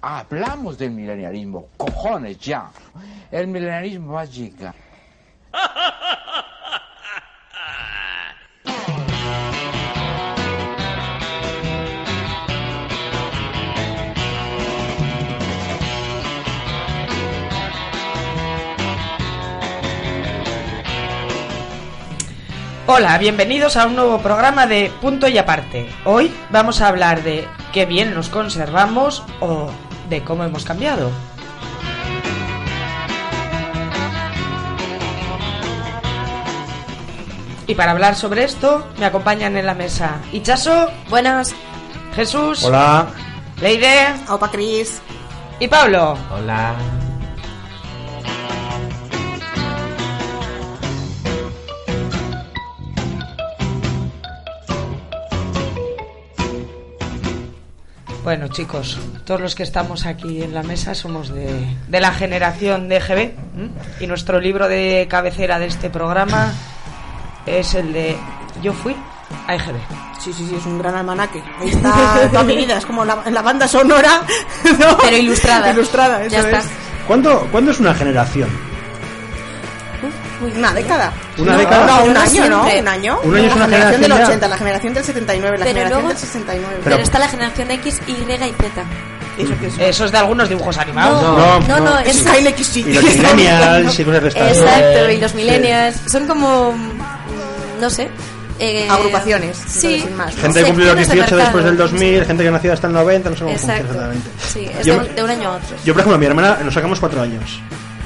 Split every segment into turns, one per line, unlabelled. Hablamos del milenarismo, cojones ya. El milenarismo va a llegar.
Hola, bienvenidos a un nuevo programa de Punto y Aparte. Hoy vamos a hablar de qué bien nos conservamos o de cómo hemos cambiado. Y para hablar sobre esto, me acompañan en la mesa Ichaso,
Buenas.
Jesús,
Hola.
Leide
Opa, Cris.
y Pablo.
Hola.
Bueno, chicos, todos los que estamos aquí en la mesa somos de, de la generación de GB ¿m? y nuestro libro de cabecera de este programa es el de Yo fui a EGB.
Sí, sí, sí, es un gran almanaque. Ahí está toda mi vida. Es como la, la banda sonora. ¿no?
Pero ilustrada.
Ilustrada, eso
Ya está.
es.
¿Cuánto, ¿Cuándo es una generación?
Una década.
Una
No,
década.
No, un
No
año, ¿no?
siempre.
Un año.
Un año es
la
una
generación
generación
del
ya.
80, la generación del 79, la
Pero
generación
luego-
del 69.
Pero está la generación X, Y y Z.
eso que es.
Eso es de algunos dibujos animados.
Ah, No,
no,
no,
no,
Es
es-
Kyle XY.
Y los millennials y cosas de estas.
Exacto,
Eh,
y los
sí.
millennials. Son como. mm, No sé. eh,
Agrupaciones,
Sí.
sin más, ¿no?
Gente que cumplió los
Sectores de
18 después
mercado.
del 2000, gente que ha nacido hasta el 90, no sé cómo
Exacto.
funciona exactamente.
Sí, es
Yo-
de, un- de un año a otro.
Yo, por ejemplo, a mi hermana nos sacamos cuatro años.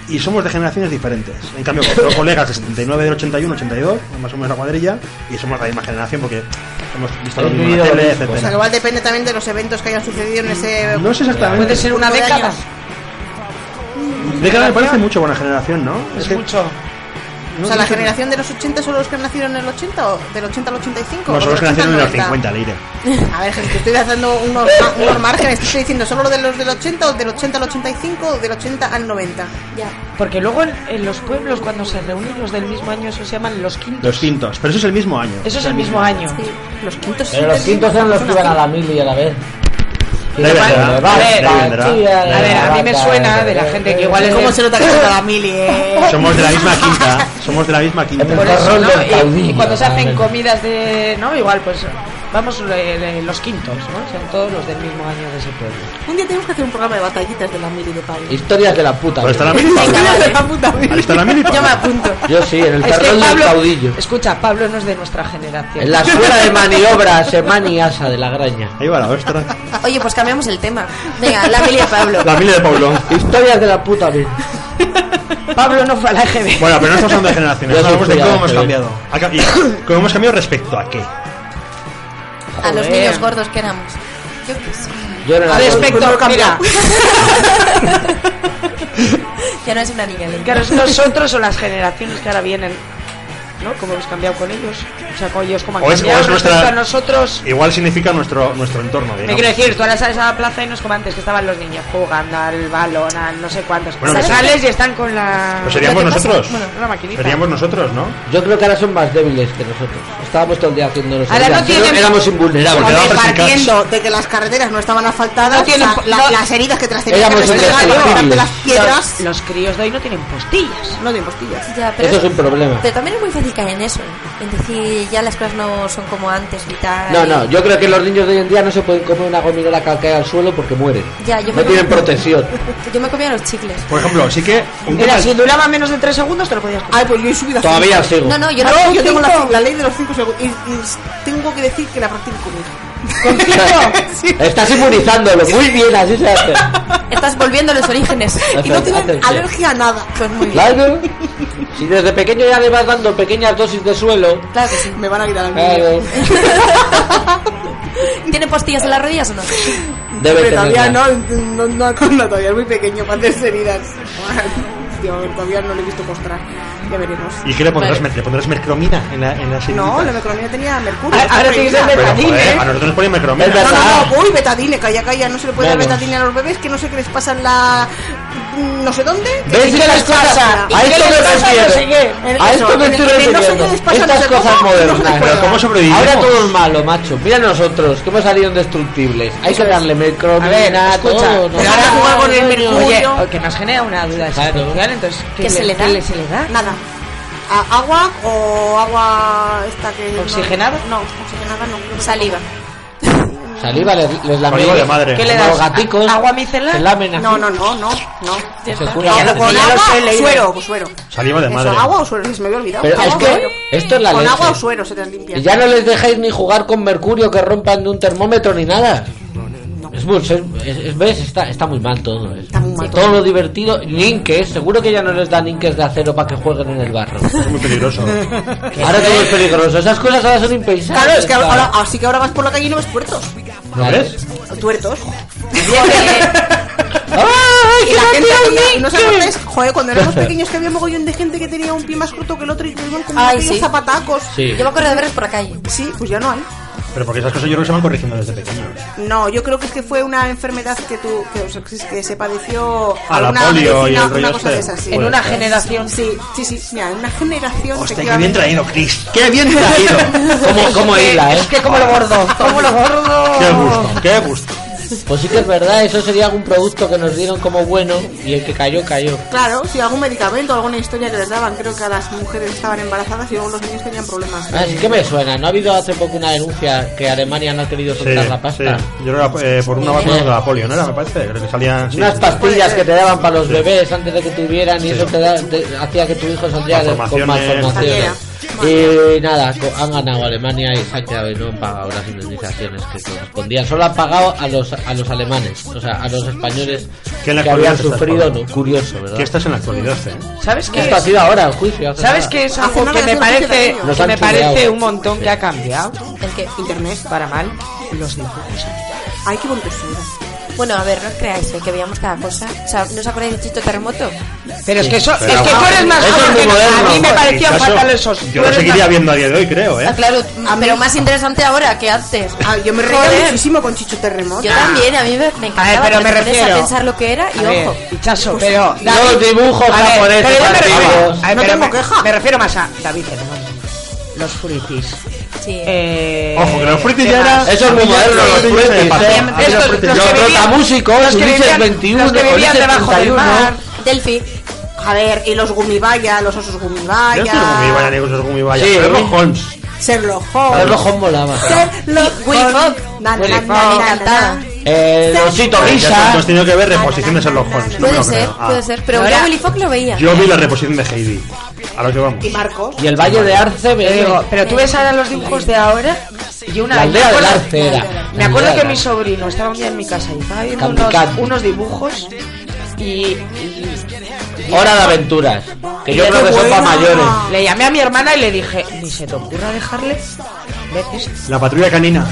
Y somos de generaciones diferentes. En cambio, tengo colegas de 79, del 81, 82, más o menos la cuadrilla, y somos de la misma generación porque hemos visto lo
Hemos
mismo en la
vivido lo
tele,
mismo.
O sea, que
etcétera.
igual depende también de los eventos que hayan sucedido en ese.
No sé exactamente.
Puede ser una
Punto de
década.
años.
Década me parece mucho buena generación, ¿no?
Es
que-
mucho.
no
O sea, la
sé-
generación de los 80 son los que nacieron en el 80 o del 80 al 85.
No,
o
solo es
del 80
generación
al
de los
90.
50, Leire.
A ver, gente, estoy dando unos, unos márgenes. Te estoy diciendo solo lo de los del 80, o del 80 al 85, o del 80 al 90.
Ya.
Porque luego en, en los pueblos, cuando se reúnen los del mismo año, eso se llaman los quintos.
Los quintos. Pero eso es el mismo año.
Eso es el mismo año.
Sí.
Los quintos.
Pero los quintos eran los que iban a la mili y a la vez.
Debe
Iban
ser,
a la
¿verdad?
vaca,
Debe ser, ¿verdad?
sí,
A ver, a mí me
vaca,
suena
eh,
de la gente que igual es
¿Cómo
de-
se nota que está la mili, eh?
Somos de la misma quinta. Somos de la misma
Por
quinta.
Hemos-
eso,
Marrón
¿no?
del
Y- Y,
caudillo,
cuando se hacen
realmente.
comidas de... No, igual, pues vamos eh, de los quintos, ¿no? Son todos los del mismo año de ese pueblo.
Un día tenemos que hacer un programa de batallitas de la mili de Pablo.
Historias de la puta.
¿Dónde está la mili?
Venga, vale.
Ahí está la mili.
Yo me apunto.
Yo sí, en el
Es que
terrón del
Pablo-
caudillo.
Escucha, Pablo no es de nuestra generación.
En la escuela de maniobras, Semani y Asa de la Graña.
Ahí va la ostra.
Oye, pues cambiamos el tema. Venga, la Amelia Pablo.
La mili de Pablo.
Historias de la puta, mil.
Pablo no fue a la EGB.
Bueno, pero no estamos hablando de generaciones,
Yo
hablamos de
soy
cómo
cuidado,
hemos
que
cambiado. Ha ca- y ¿Cómo hemos cambiado respecto a qué?
A los
Joder.
niños gordos que éramos. Yo qué sé.
Yo era la
Respecto, mira,
Ya no es una niña. Elena.
que nosotros o las generaciones que ahora vienen, ¿no? Como hemos cambiado con ellos. O sea, con ellos como han
O es- o
cambiado
es nuestra-
respecto a nosotros.
Igual significa nuestro, nuestro entorno,
Me
digamos.
quiero decir, tú ahora sales a la plaza y no es como antes, que estaban los niños jugando al balón, al no sé cuántos.
Bueno,
Ahora
que-
sales y están con la...
Pues seríamos
Lo que pasa-
nosotros.
bueno,
una maquinita.
Seríamos nosotros, ¿no?
Yo creo que ahora son más débiles que nosotros. Estábamos todo el día haciéndonos.
Ahora no
heridas. Yo
tienen-
Éramos invulnerables.
Porque
Hombre,
daban
partiendo de que las carreteras no estaban asfaltadas,
No tienen-
o sea, la-
no-
las heridas que tras tenían que
Éramos
resolver,
indestructibles.
las piedras,
Los, los críos de hoy no tienen postillas.
no de postillas.
Ya, pero
Eso es un problema.
Pero también es muy fácil caer en eso. ¿eh? En decir, ya las cosas no son como antes y tal.
No, no, yo creo que los niños de hoy en día no se pueden comer una gominola que cae al suelo porque mueren.
Ya, yo me
no tienen
comí-
protección.
Yo me comía los chicles.
Por ejemplo, sí que un tema-
Mira, si duraba menos de tres segundos te lo podías comer.
Ay, pues yo he subido a
Todavía sigo.
No, no, yo
Yo,
no.
yo tengo la, la ley de los 5 segundos y, y tengo que decir que la practico conmigo. Sí.
Estás inmunizándolo. Muy bien, así se hace.
Estás volviendo a los orígenes.
Y no
Hace-
tienen
hace-
alergia a nada. Pues muy bien.
Claro. Si desde pequeño ya le vas dando pequeñas dosis de suelo.
Claro que sí.
Me van a quitar al
Claro.
niño.
¿Tiene postillas en las rodillas o no?
Debe
Pero todavía
tenerla.
no, no, no, no, todavía es muy pequeño para hacerse heridas. Yo todavía no le he visto postrar. ya veremos.
¿Y qué le pondrás?
Vale.
mer- ¿Le pondrás mercromina en la, en la
No,
sirenita?
la macronía tenía mercurio.
Ahora- ahora
tiene
tiene que ser
Pero,
Betadine,
joder,
¿eh?
a nosotros nos ponen mercromina.
Es
No,
verdad.
no, no, uy, betadine, calla, calla, no se le puede dar
Vamos.
betadine a los bebés, que no sé qué les pasa en la... mm, no sé dónde. que
¿Ves
sí
que las
les
cosas-
pasa?
a esto me
pasa?
refiero.
No sé qué.
El- eso,
A esto me
en el que
estoy
no sé
refiriendo.
qué les pasa, no
Estas
sé
cosas
cómo, no se
modernas.
puede.
Pero ¿cómo sobrevivimos?
Ahora todo es malo, macho. Mira nosotros, que hemos salido indestructibles. Hay que darle
A ver,
mercromina,
escucha,
todo. ¿no?
pero ahora jugar con el
Coño.
mercurio. Oye,
Mercurio.
o que nos genera una duda
Claro.
existencial, entonces,
¿Qué se le da?
qué se le da?
Nada. A- ¿Agua o agua esta que... no-
¿Oxigenada?
No, oxigenada no. creo que
Saliva.
Saliva les, les lamen.
Saliva de madre.
¿Qué le
Como
das?
Los gaticos.
¿Agua micelar?
Se lamen así.
No, no, no, no, no.
Se
No,
curan.
con
ya lo
agua
sé,
o
leí.
suero, o suero.
Saliva de
Eso,
madre.
agua o suero, se me había olvidado.
Pero
agua
es
o suero.
que esto es la
Con
leche.
agua o suero se te limpia.
Ya no les dejáis ni jugar con mercurio que rompan de un termómetro ni nada. Es, muy- es- es- ¿Ves? Está, está muy mal todo. ¿eh?
Está muy mal
todo lo divertido. Ninques. Seguro que ya no les dan ninques de acero para que jueguen en el barro.
Es muy peligroso.
Ahora todo es peligroso. Esas cosas ahora son impensables.
Claro, es que ahora, así que ahora vas por la calle y no ves puertos.
¿No ves?
Tuertos.
¡Ay,
Y
que
la
no
gente
había un
tenía- y no os
Inke!
acordáis, joder, cuando éramos pequeños que había mogollón de gente que tenía un pie más corto que el otro y que iban como
Ay,
aquellos
sí.
zapatacos.
Sí.
Yo me acuerdo de verlos por la calle.
Sí, pues ya no hay.
Pero porque esas cosas yo creo que se van corrigiendo desde pequeños.
No, yo creo que es que fue una enfermedad que tú que, o sea, que- que se padeció
Ah, la
alguna
polio y
medicina,
el rollo
una cosa
este.
de esas, sí.
En
Puede
una
ser.
generación, sí.
Sí, sí, mira, en una generación
Hostia, qué bien
efectivamente.
traído, Chris. ¡Qué bien traído!
Como, como Hila, ¿eh?
Es que como lo gordo, como lo gordo.
¡Qué gusto! ¡Qué gusto!
Pues sí que es verdad, eso sería algún producto que nos dieron como bueno y el que cayó, cayó.
Claro, si algún medicamento, alguna historia que les daban, creo que a las mujeres estaban embarazadas y luego los niños tenían problemas.
Ah, sí que me suena, ¿no ha habido hace poco una denuncia que Alemania no ha querido
Sí,
soltar la pasta?
sí. Yo creo que era, eh, por una vacuna de la polio, ¿no era? Me parece. Creo que salían. sí,
Unas
sí.
pastillas que te daban para los
Sí.
bebés antes de que tuvieran y eso te, da- te- hacía que tu hijo saldría de- con
Malformaciones.
malformaciones. Y nada, co- han ganado Alemania y se han quedado y no han pagado las indemnizaciones que correspondían. Solo han pagado a los, a los alemanes, o sea, a los españoles
Que
que
en la actualidad
habían
se está
sufrido.
pagando.
no, curioso, ¿verdad?
Que estás en la actualidad, ¿eh?
¿Sabes qué?
Esto ha
es?
sido ahora el juicio. hace
¿Sabes
nada.
qué es
Hace
algo
nada
que
que
me
hace un
parece
pequeño.
que
Nos han
me
chuleado.
parece un montón que ha cambiado
El que.
Internet.
para mal los dibujos?
Ay, qué bonitos eran.
Bueno, a ver, no os creáis, eh, que veíamos cada cosa. O sea, ¿no os acordáis del chito terremoto?
Pero es que eso,
Pero
es que tú eres más
eso es
joven
muy
que nosotros.
moderno.
a mí me parecían
Quizás
fatal
eso-
esos.
este Yo
Tú
lo
eres
seguiría
más-
viendo a día de hoy, creo,
Ah,
¿eh?
claro, pero más interesante ahora que antes.
Ah, yo me reía
Joder.
muchísimo con Chicho Terremoto.
Yo también, a mí me, me encantaba.
pero
te
me
pones
refiero-
a pensar lo que era y
A ver,
ojo.
Ichazo, pero
Los dibujos
A ver,
japoneses
pero yo me
antiguos.
refiero, a ver,
No
pero
tengo
me-
queja.
Me refiero más a David Hernán, los frikis.
Sí.
Eh,
Ojo, que los frutis
¿qué
ya
más?
era.
Eso es muy moderno, los
frutis
frutis,
de pato.
eh.
A mí los
Estos-
frutis-
los
Yo,
que vivían-
Trotamúsicos,
los que
Ulises
vivían-
21,
los que vivían
Ulises
debajo del
31.
mar.
Delphi.
A ver, y los gumibaya, los osos gumibaya.
Yo soy como mi vaya, negros, como mi vaya.
Sí.
Pero los Holmes.
Sherlock
Los
Holmes.
rojos molaban.
Sherlock
Y Willy
Holmes.
Fogg.
Na, na,
Willy
na,
Fogg.
na,
Me
na,
encantaba.
na.
El osito
Ya
Eh, risa.
has tenido que ver reposición de Sherlock Holmes. No me
Puede
lo
ser,
creo. Ah.
puede ser. Pero
No
yo
era-
a Willy Fox lo veía.
Yo vi la reposición de Heidi. A lo que vamos.
Y Marcos.
Y el valle de Arce,
Te digo,
veo.
pero tú ves ahora los dibujos de ahora y una
La aldea
me
del
acuerdo-
Arce era.
Me acuerdo
La aldea
que
del
mi
Arce.
sobrino estaba un día en mi casa y estaba viendo unos,
Kamikaze.
unos dibujos y, y
Hora de aventuras. Que yo
Qué
creo que son para
buena.
mayores.
le llamé a mi hermana y le dije, ni se te ocurra dejarle ver esto.
La patrulla canina.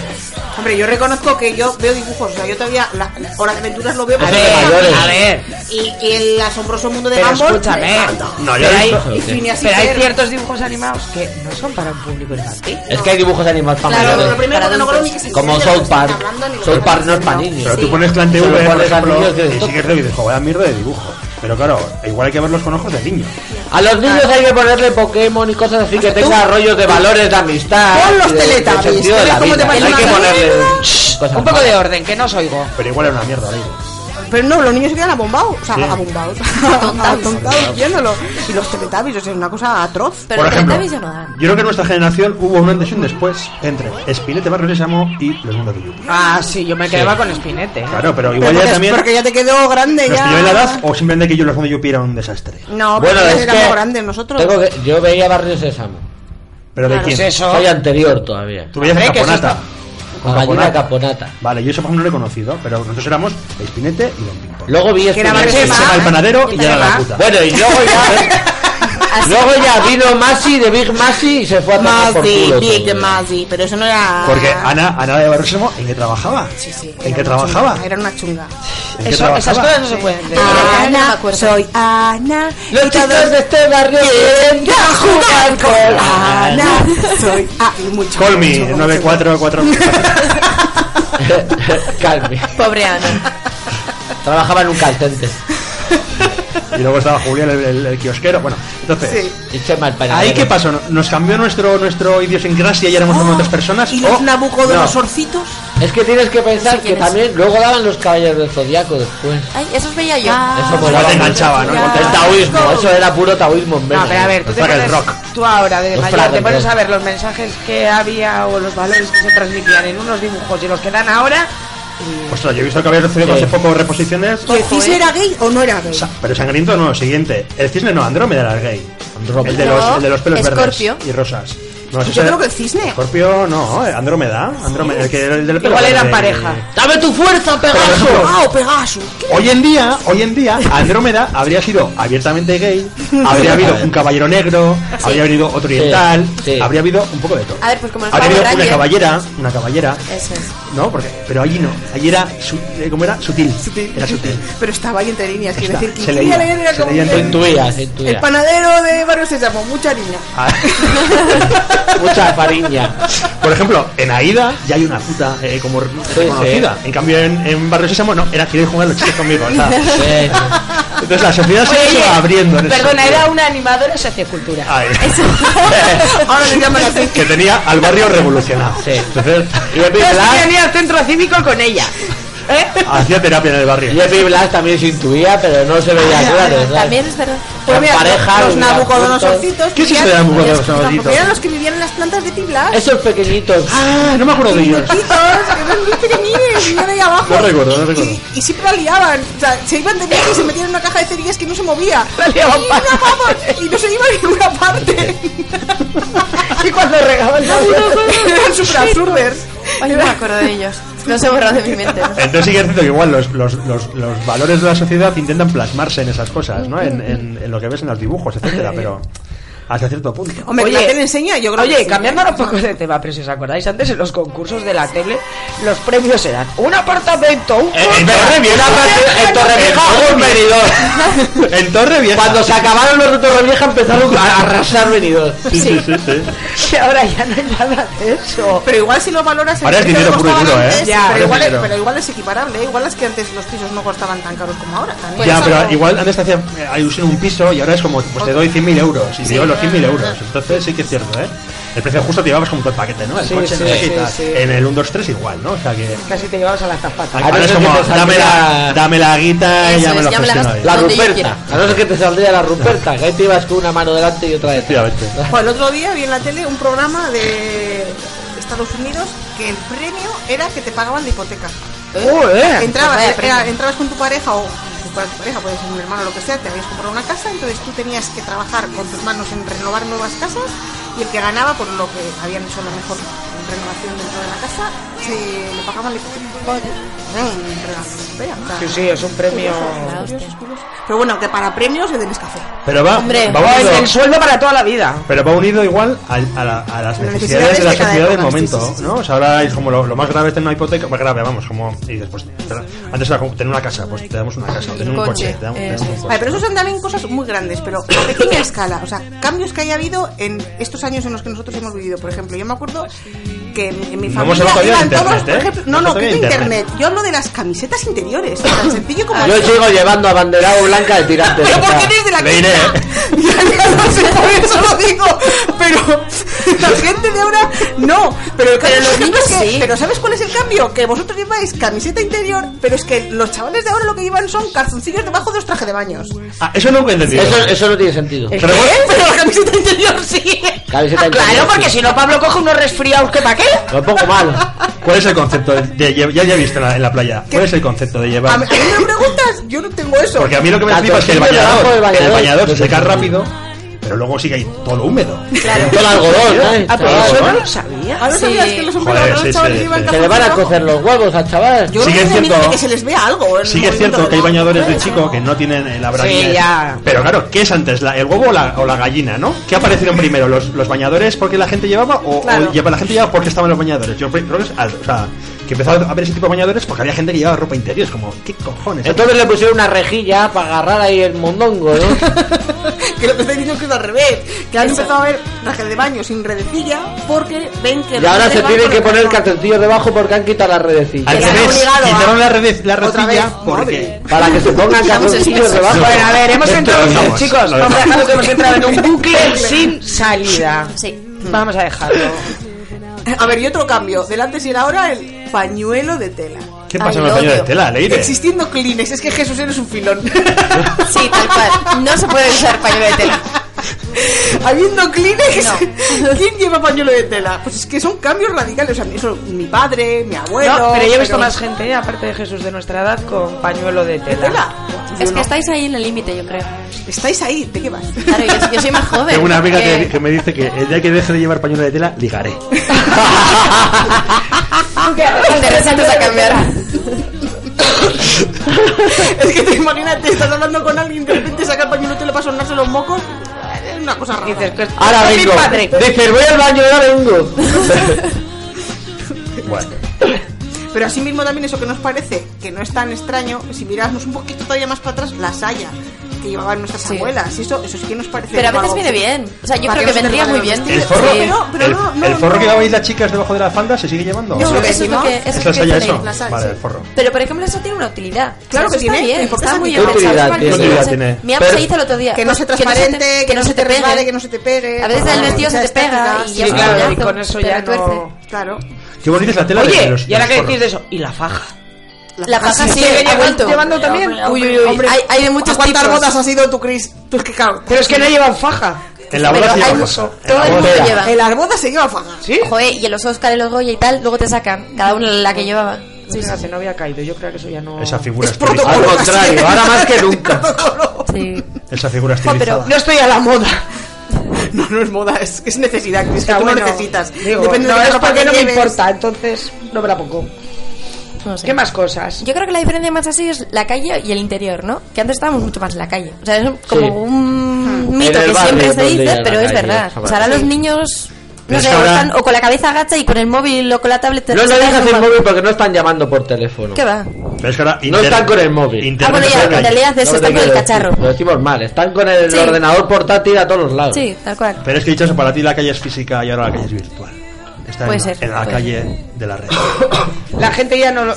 Hombre, yo reconozco que yo veo dibujos. O sea, yo todavía la, la Hora de Aventuras lo veo.
A
porque
ver,
me encanta.
mayores.
a ver,
Y, y el asombroso mundo de
pero
Gumball.
escúchame.
me encanta.
No, yo
pero,
he
hay,
visto-
Y Phineas y
pero hay
Ferb.
ciertos dibujos animados que no son para un público infantil.
Es que hay dibujos animados para
Claro, lo
mayores.
primero que no creo ni que se
Como
entiende lo que
South
están
Park.
hablando, ni lo que
South
están
Park no es para
diciendo.
niños.
Pero tú pones Clan
Se lo
TV, por
pones a
ejemplo,
niños que
y
les
sí que es de dibujo. Vaya mierda de dibujo. Pero claro, igual hay que verlos con ojos de niño.
A los niños hay que ponerle Pokémon y cosas así que tenga rollos de valores, de amistad.
Pon los
y de- de
Teletubbies,
sentido de
¿sabes
la
cómo te
vida.
pasan
Hay que
las
ponerle
mierdas?
cosas
Un poco de
malas.
orden, que no os oigo.
Pero igual era una mierda, amigo.
Pero no, los niños se quedan abombados. O sea,
Sí.
abombados. Atontados viéndolo. Y los teletubbies, o sea, una cosa atroz.
Pero
por
los
ejemplo,
Teletubbies ya no dan.
yo creo que en nuestra generación hubo un antes y un después entre Espinete Barrio Sésamo y Los Mundos de Yupi.
Ah, sí, yo me quedaba con Espinete.
Claro, pero
Pero
igual ya
porque-
también
Porque ya te quedó grande
nos
ya.
pilló en la edad o simplemente que yo Los Mundos de Yupi era un desastre.
No,
Bueno,
porque
es
éramos
que
grandes nosotros.
tengo que- yo veía Barrio Sésamo.
Pero de
Pues
quién?
eso.
Soy anterior todavía.
Tú veías a
Hombre, que eso
Caponata. Con
A Gallina Caponata.
Vale, yo eso por ejemplo no lo he conocido, pero nosotros éramos Espinete y Don Pimpón.
Luego vi este
Que era
Espinete.
Barrio
Ese
Sésamo.
era el panadero y
Yo
ya era la
también.
puta.
Bueno, y luego ya
Así-
Luego ya vino Masi de Big Masi y se fue a tomar por
Masi,
culo,
Big
seguro.
Masi, pero eso no era.
Porque Ana, Ana de Barroso, ¿en qué trabajaba?
Ah. Sí, sí,
¿En
era
qué
una
trabajaba?
chunga, Era una chunga.
¿En
Eso,
qué Ah.
esas
trabajaba?
cosas no se pueden decir.
Ana, soy Ana.
Los
y
chicos
todos
de este barrio vienen a jugar con
Ana, soy A. y mucho,
Call
mucho,
me,
mucho.
944.
Calme.
Pobre Ana.
Trabajaba en un calcente.
y luego estaba Julián, el, el- el kiosquero. Bueno, entonces.
Sí.
Y Chema el panadero.
¿Ahí qué pasó? ¿Nos cambió nuestro nuestro idiosincrasia y éramos como otras personas?
Ah, ¿Y los
¿O- no.
nabucodonosorcitos?
Es que tienes que pensar
Sí,
que
¿quién es?
también luego daban los caballeros del zodiaco después.
Ay, esos veía yo. Ah.
Eso
Ah.
pues
Igual
molaba
te
mucho.
enganchaba, ¿no? Igual te-
El taoísmo, eso era puro taoísmo en
No,
vena,
pero a
¿eh?
ver, tú, te
Saca el
pones,
rock.
tú ahora de
Los
mayor te
Fragan
pones
Rock.
a ver los mensajes que había o los valores que se transmitían en unos dibujos y los que dan ahora.
Ostras, yo he visto que había recibido
Sí.
hace poco reposiciones.
¿Y el cisne era gay o no era gay?
Sa- Pero sangriento no, siguiente. El cisne no, Andrómeda era el gay.
Andrómeda.
El de los, el de los pelos
Escorpio.
verdes y rosas. No, ese
Yo
era-
creo que el cisne.
Escorpio no, eh, Andrómeda. Andrómeda el que era el del pelo
Igual
verde.
eran pareja.
¡Dame tu fuerza, Pegaso!
¡Ah, o Pegaso! ¿Qué?
Hoy en día, hoy en día, Andrómeda habría sido abiertamente gay, habría habido un caballero negro, habría habido otro oriental,
sí.
habría habido un poco de todo.
A ver, pues como los
habría
Power
habido una
Rangers.
caballera, una caballera,
Eso es.
no, porque, pero allí no, allí era, su- eh, ¿cómo era? Sutil, era sutil.
Pero estaba ahí entre líneas, quiero
Está,
decir que
se leía,
quería leer era
se
como
leía
que
entre
el-
Intuías,
El
intuías.
panadero de Barrio Sésamo, mucha harina.
Ah.
Mucha fariña.
Por ejemplo, en Aida ya hay una puta eh, como reconocida. En cambio, en, en Barrio Sésamo no, era quieren jugar los chicos conmigo. o sea.
Eh,
Entonces la sociedad se ha ido abriendo. En ese
perdona,
sentido.
era una animadora sociocultura.
Ay.
Ahora se llaman así.
que tenía al barrio revolucionado.
Sí.
Entonces,
y Epi
Yo sí
Blas,
venía al centro cívico con ella. ¿Eh?
hacía terapia en el barrio.
y Epi Blas también se intuía, pero no se veía claro. ¿sabes?
También es verdad.
Pues mira,
pareja,
los
los
nabucodonosorcitos.
¿Qué es
vivían-
esto de
Los-
Nabucodonosorcito?
Eran los que vivían en las plantas de Tiblas.
Esos pequeñitos.
Ah, no me acuerdo de ellos.
Chiquitos, que eran muy pequeñines, vivían ahí abajo.
No recuerdo, no recuerdo.
Y, y siempre la liaban. O sea, se iban de viaje y se metían en una caja de cerillas que no se movía.
La liaban
y,
para-
una pava, y no se iba a ninguna parte.
Y cuando regaban la
eran super absurdos.
Ay, no me acuerdo de ellos. Los he borrado de mi mente.
Entonces sigue diciendo que igual los, los, los, los valores de la sociedad intentan plasmarse en esas cosas, ¿no? En, en, en lo que ves en los dibujos, etcétera, pero hasta cierto punto.
Hombre, que la tele enseña, yo creo
Oye,
que sí.
cambiándonos un poco de tema, pero si os acordáis, antes en los concursos de la tele, los premios eran un apartamento, un
Eh,
coche,
en Torrevieja.
una parte-
En Torrevieja hubo un venidor.
En Torre Vieja.
Cuando se acabaron los de Torrevieja empezaron a arrasar venidor.
Sí, sí, sí, sí.
Y ahora ya no hay nada de eso.
Pero igual si lo valoras... el
Ahora es
precio que
dinero puro y
costaban
duro, ¿eh?
antes,
Ya,
pero,
ahora es
igual es,
dinero.
pero igual es equiparable, ¿eh? Igual es que antes los pisos no costaban tan caros como ahora. También.
Pues
ya, pero igual antes te hacía eh, ilusión un piso y ahora es como, pues te doy 100.000 euros y te doy los 100.000 euros. Entonces sí que es cierto, ¿eh? El precio justo te llevabas como todo el paquete, ¿no? El
Sí,
coche,
sí,
no sé qué y
sí,
tal.
sí.
En el 1, 2, 3 igual, ¿no? O sea que...
Casi te llevabas a las zapatas.
Ahora
no
es
ser
como,
que te
dame la,
saliera-
dame la guita y
Eso
ya me
es,
lo
ya me la
gestiono
gasto.
ahí.
La
Donde yo
Ruperta.
quiera.
A no ser que te saldría la Ruperta, que ahí te ibas con una mano delante y otra detrás.
Efectivamente.
Joder, el otro día vi en la tele un programa de Estados Unidos que el premio era que te pagaban la hipoteca.
¡Joder!
Entrabas,
Pues Vaya premio.
era- entrabas con tu pareja o tu pa- pareja, puede ser un hermano o lo que sea, te habías comprado una casa, entonces tú tenías que trabajar con tus manos en renovar nuevas casas y el que ganaba por lo que habían hecho la mejor renovación dentro de la casa, se le pagaban la hipoteca. Mm, regalo, vea, o sea,
Sí, sí, es un premio.
La hostia.
Pero bueno, que para premios le tenés café.
Pero va,
Hombre,
va
Oh,
unido,
el sueldo para toda la vida.
pero va unido igual al- a, la- a las
Las
necesidades
necesidades
de la
de cada
sociedad del
época, sí,
momento,
sí, sí,
¿no? O sea, ahora es como lo, lo más grave es tener una hipoteca, más grave, vamos, como... Y después, antes era como tener una casa, pues te damos una casa, o tener un
coche,
coche, te damos, te damos
eso
un
es.
coche.
Vale, pero eso son también cosas muy grandes, pero a pequeña escala. O sea, cambios que haya habido en estos años en los que nosotros hemos vivido. Por ejemplo, yo me acuerdo que en en mi
No hemos
familia
hablado todavía de
iban todos,
internet,
por
¿eh?
ejemplo,
No
no, no,
hemos
que
hablado de
internet. Yo hablo de las camisetas interiores, tan sencillo como
Yo
eso.
sigo llevando a banderado blanca de tirante.
Pero ¿por qué desde la
Le diré.
Ya, ya lo sé, por eso lo digo. Pero la gente de ahora no. Pero, el cambio
Pero los
es que-
niños
es que-
sí.
Pero ¿sabes cuál es el cambio? Que vosotros lleváis camiseta interior, pero es que los chavales de ahora lo que llevan son calzoncillos debajo de los trajes de baños.
Ah, eso nunca he entendido.
Eso, eso no tiene sentido.
¿El
Pero
qué?
bueno.
Pero la camiseta interior sí.
Camiseta
Ah,
interior,
claro, porque
sí.
si no, Pablo coge unos resfriados que pa' qué.
Lo pongo mal.
¿Cuál es el concepto? De, lle- ya ya he visto en la, en la playa. ¿Cuál es el concepto de
A,
llevar?
mí a mí me preguntas, yo no tengo eso.
Porque a mí lo que me
La
flipa es que el
tortilla debajo del
bañador,
bañador.
el bañador se seca rápido, pero luego sigue ahí todo húmedo.
Todo el algodón, ¿eh?
Ah, pero
Todo el
eso no
algodón.
lo sabía. Alemania?
Ahora
Sí.
sabías que los hombres
Joder,
los
sí,
chavales
sí,
que iban
sí.
Que le van a
capuchos
cocer los huevos al
Sí
Yo
chaval.
que
creo
es
que también
cierto.
que se les ve algo. en
Sí que es
el
cierto
momento
que hay
del-
bañadores de chico que no tienen eh, la braguilla.
Sí, ya.
Pero claro, ¿qué es antes? La- ¿El huevo o la, o la gallina, no? ¿Qué aparecieron primero? ¿Los, los bañadores porque la gente llevaba o, o
Claro.
lleva- la gente llevaba porque estaban los bañadores? Yo creo que es al- o sea, que empezó a ver ese tipo de bañadores porque había gente que llevaba ropa interior. Es como, ¿qué cojones?
Entonces le pusieron una rejilla para agarrar ahí el mondongo, ¿no?
Que lo que estoy diciendo es que es al revés. Que han empezado a ver trajes de baño sin redecilla porque ven que.
y
los
ahora
trajes
se
de baño
tienen que
no-
poner calzoncillos debajo porque han quitado la redecilla.
Al
Ya,
revés,
obligado, ¿ah?
quitaron la, red, la
Otra vez,
rejilla porque...
madre.
Para que se pongan
Digamos,
calzoncillos
es-
debajo.
Bueno, a ver, hemos
Esto
entrado,
lo dejamos,
chicos,
lo
vamos a
dejamos.
dejarlo que hemos entrado en un bucle sin salida.
Sí.
Hmm.
Vamos a dejarlo.
A ver, y otro cambio. Delante si era ahora el pañuelo de tela.
¿Qué pasa
Ay,
con los
lo
bañadores de
odio.
tela, Leire?
Existiendo clines, es que Jesús eres un filón.
Sí, tal cual. No se puede usar pañuelo de tela.
Habiendo clines,
No.
¿quién lleva pañuelo de tela? Pues es que son cambios radicales. O sea, eso, mi padre, mi abuelo.
No, pero yo he visto más gente, aparte de Jesús de nuestra edad, con pañuelo de
de tela.
tela.
Yo
Es que
no.
estáis ahí en el límite, yo creo.
estáis ahí, ¿de qué vas?
Claro, yo, yo soy más joven.
Tengo una amiga
porque-
que, que me dice que el día que deje de llevar pañuelo de tela, ligaré.
Interesantes a cambiar.
es que te imagínate, estás hablando con alguien de repente saca el pañuelo de tela para sonarse los mocos. Es una cosa rara.
Dices
"Pues-".
que
Ahora
es mi
vengo.
padre.
Dices, voy al baño y ahora vengo.
Bueno.
Pero asimismo también eso que nos parece que no es tan extraño, si miráramos un poquito todavía más para atrás, la saya que llevaban nuestras
Sí.
abuelas. Y eso, eso sí que nos parece...
Pero a veces
algo-
viene bien. O sea, yo
Para
creo
que
que
no se te
vendría
paren
muy
los
bien.
¿El
vestidos.
Sí.
forro,
Pero- pero
el,
no, no,
el forro
no.
que llevabais las chicas debajo de la falda se sigue llevando?
Yo
Eso
creo que
que
eso es lo
decimos,
que, eso es
¿Eso
lo
es
que
allá
tiene.
eso?
la sal,
Vale,
sí.
el forro.
Pero por ejemplo, eso tiene una utilidad.
Claro
Eso
que
está
tiene,
bien,
importante.
está muy
¿Qué
bien
utilidad
pensado.
tiene?
Eso
¿Qué utilidad
se-
tiene?
Mi abuela
Pero-
se dice el otro día.
Que no se transparente, que, no se te resbale, que no se te pegue.
A veces
Ah,
el vestido se te pega y ya
Sí,
Sí,
es un
claro,
coñazo,
y con eso
pero
ya no...
tuerce.
Claro.
Qué bonita es la tela de
Oye,
los-
y ahora
los
que
forros.
decís de eso, y la faja.
Ah,
La paja sí,
sigue
ha
llevando-
vuelto.
llevando también.
Uy, uy, uy. Hay, hay de muchos
¿Cuántas
tipos.
bodas ha sido tú, Chris? Tú es que claro.
Pero es que no llevan faja.
En la boda
Pero
se
hay
lleva
mucho.
faja. En
Todo
la
el
boda
mundo
se lleva.
lleva.
En las bodas se lleva faja.
¿Sí?
Joder, y en los Oscar, en los Goya y tal, luego te sacan cada una la que llevaba. Sí, sí,
Fíjate, no había caído, yo creo que eso ya no...
Esa figura
Es
estilizada.
Al
protocolo.
contrario, ahora más que nunca.
sí.
Esa figura
Jo, pero-
estilizada.
No estoy a la moda.
No, no es moda, es, es necesidad, Chris, que
Ah,
tú no
bueno,
necesitas.
digo,
Depende
no,
de la
es
ropa
porque
que
no me
lleves.
importa, entonces no me la pongo.
No sé.
¿Qué más cosas?
Yo creo que la diferencia más así es la calle y el interior, ¿no? Que antes estábamos mucho más en la calle. O sea, es como
Sí.
un
En
mito
el
que
barrio
siempre se
donde
dice,
era
pero
la
es
calle,
verdad.
chaval.
O sea, ahora los
Sí.
niños,
Pero
no
es
sé,
que
o
ahora-
están o con la cabeza agacha y con el móvil o con la tablet.
No le
están
dejas
como-
el móvil porque no están llamando por teléfono.
¿Qué va?
Pero es que ahora
No están con el móvil.
Ah, bueno, ya,
en la
en
calle.
realidad eso,
No
están
te
con el
quiero
cacharro.
decir, Lo decimos mal, están con el
Sí.
ordenador portátil a todos los lados.
Sí, tal cual.
Pero es que dicho eso, para ti la calle es física y ahora la calle es virtual. Está
Puede
en,
ser,
en la
puede
calle de la red.
La gente ya no... lo-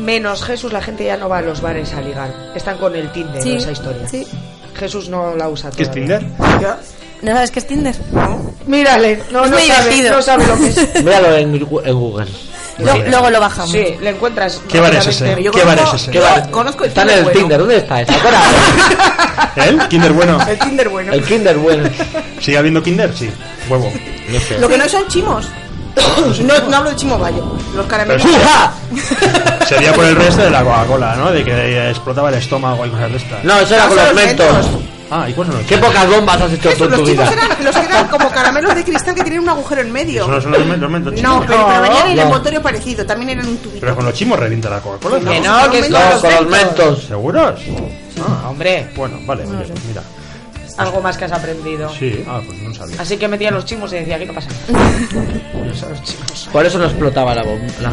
Menos Jesús, la gente ya no va a los bares a ligar. Están con el Tinder,
Sí,
esa historia.
sí.
Jesús no la usa
¿Qué es
todavía.
Tinder?
Ya.
¿No sabes qué es Tinder?
Mírale, no,
Es
no,
muy
sabe,
divertido.
no sabe lo que es.
Míralo en, Gu- en Google.
Lo- luego lo bajamos.
Sí, le encuentras.
¿Qué bar es
rápidamente.
ese?
yo
¿Qué bar es
conozco-
ese?
¿Qué va?
Yo conozco el
está en
Tinder
el
bueno.
Tinder, ¿dónde está esa? Ahora,
¿El? ¿Eh? ¿Kinder bueno?
El Tinder bueno.
el Kinder, bueno.
¿Sigue habiendo Kinder? Sí. Huevo.
No sé.
Lo que no son chimos. No, no hablo de chimo valle. Los caramelos.
Pero- Sería por el resto de la Coca-Cola, ¿no? De que eh, explotaba el estómago y cosas de estas.
No, eso era
No,
con
son
los
los
mentos.
mentos.
Ah, ¿y cuáles son los
Qué pocas bombas has hecho
Eso,
tú en tu
los chimos
vida.
eran los que eran como caramelos de cristal que tenían un agujero en medio.
Eso no son los men- los mentos
No,
chicos.
pero para bañar era
No.
envoltorio parecido, también eran un tubito.
Pero con los chimos revienta la Coca-Cola, ¿no?
Que no, que es
No,
No,
los
con los
mentos.
mentos.
¿Seguros?
Hombre,
Bueno, vale, oye, pues mira.
algo más que has aprendido.
Sí, ah, pues no sabía.
Así que metía los chimos y decía, aquí no pasa nada. los chimos.
Por eso no explotaba la bomba. La,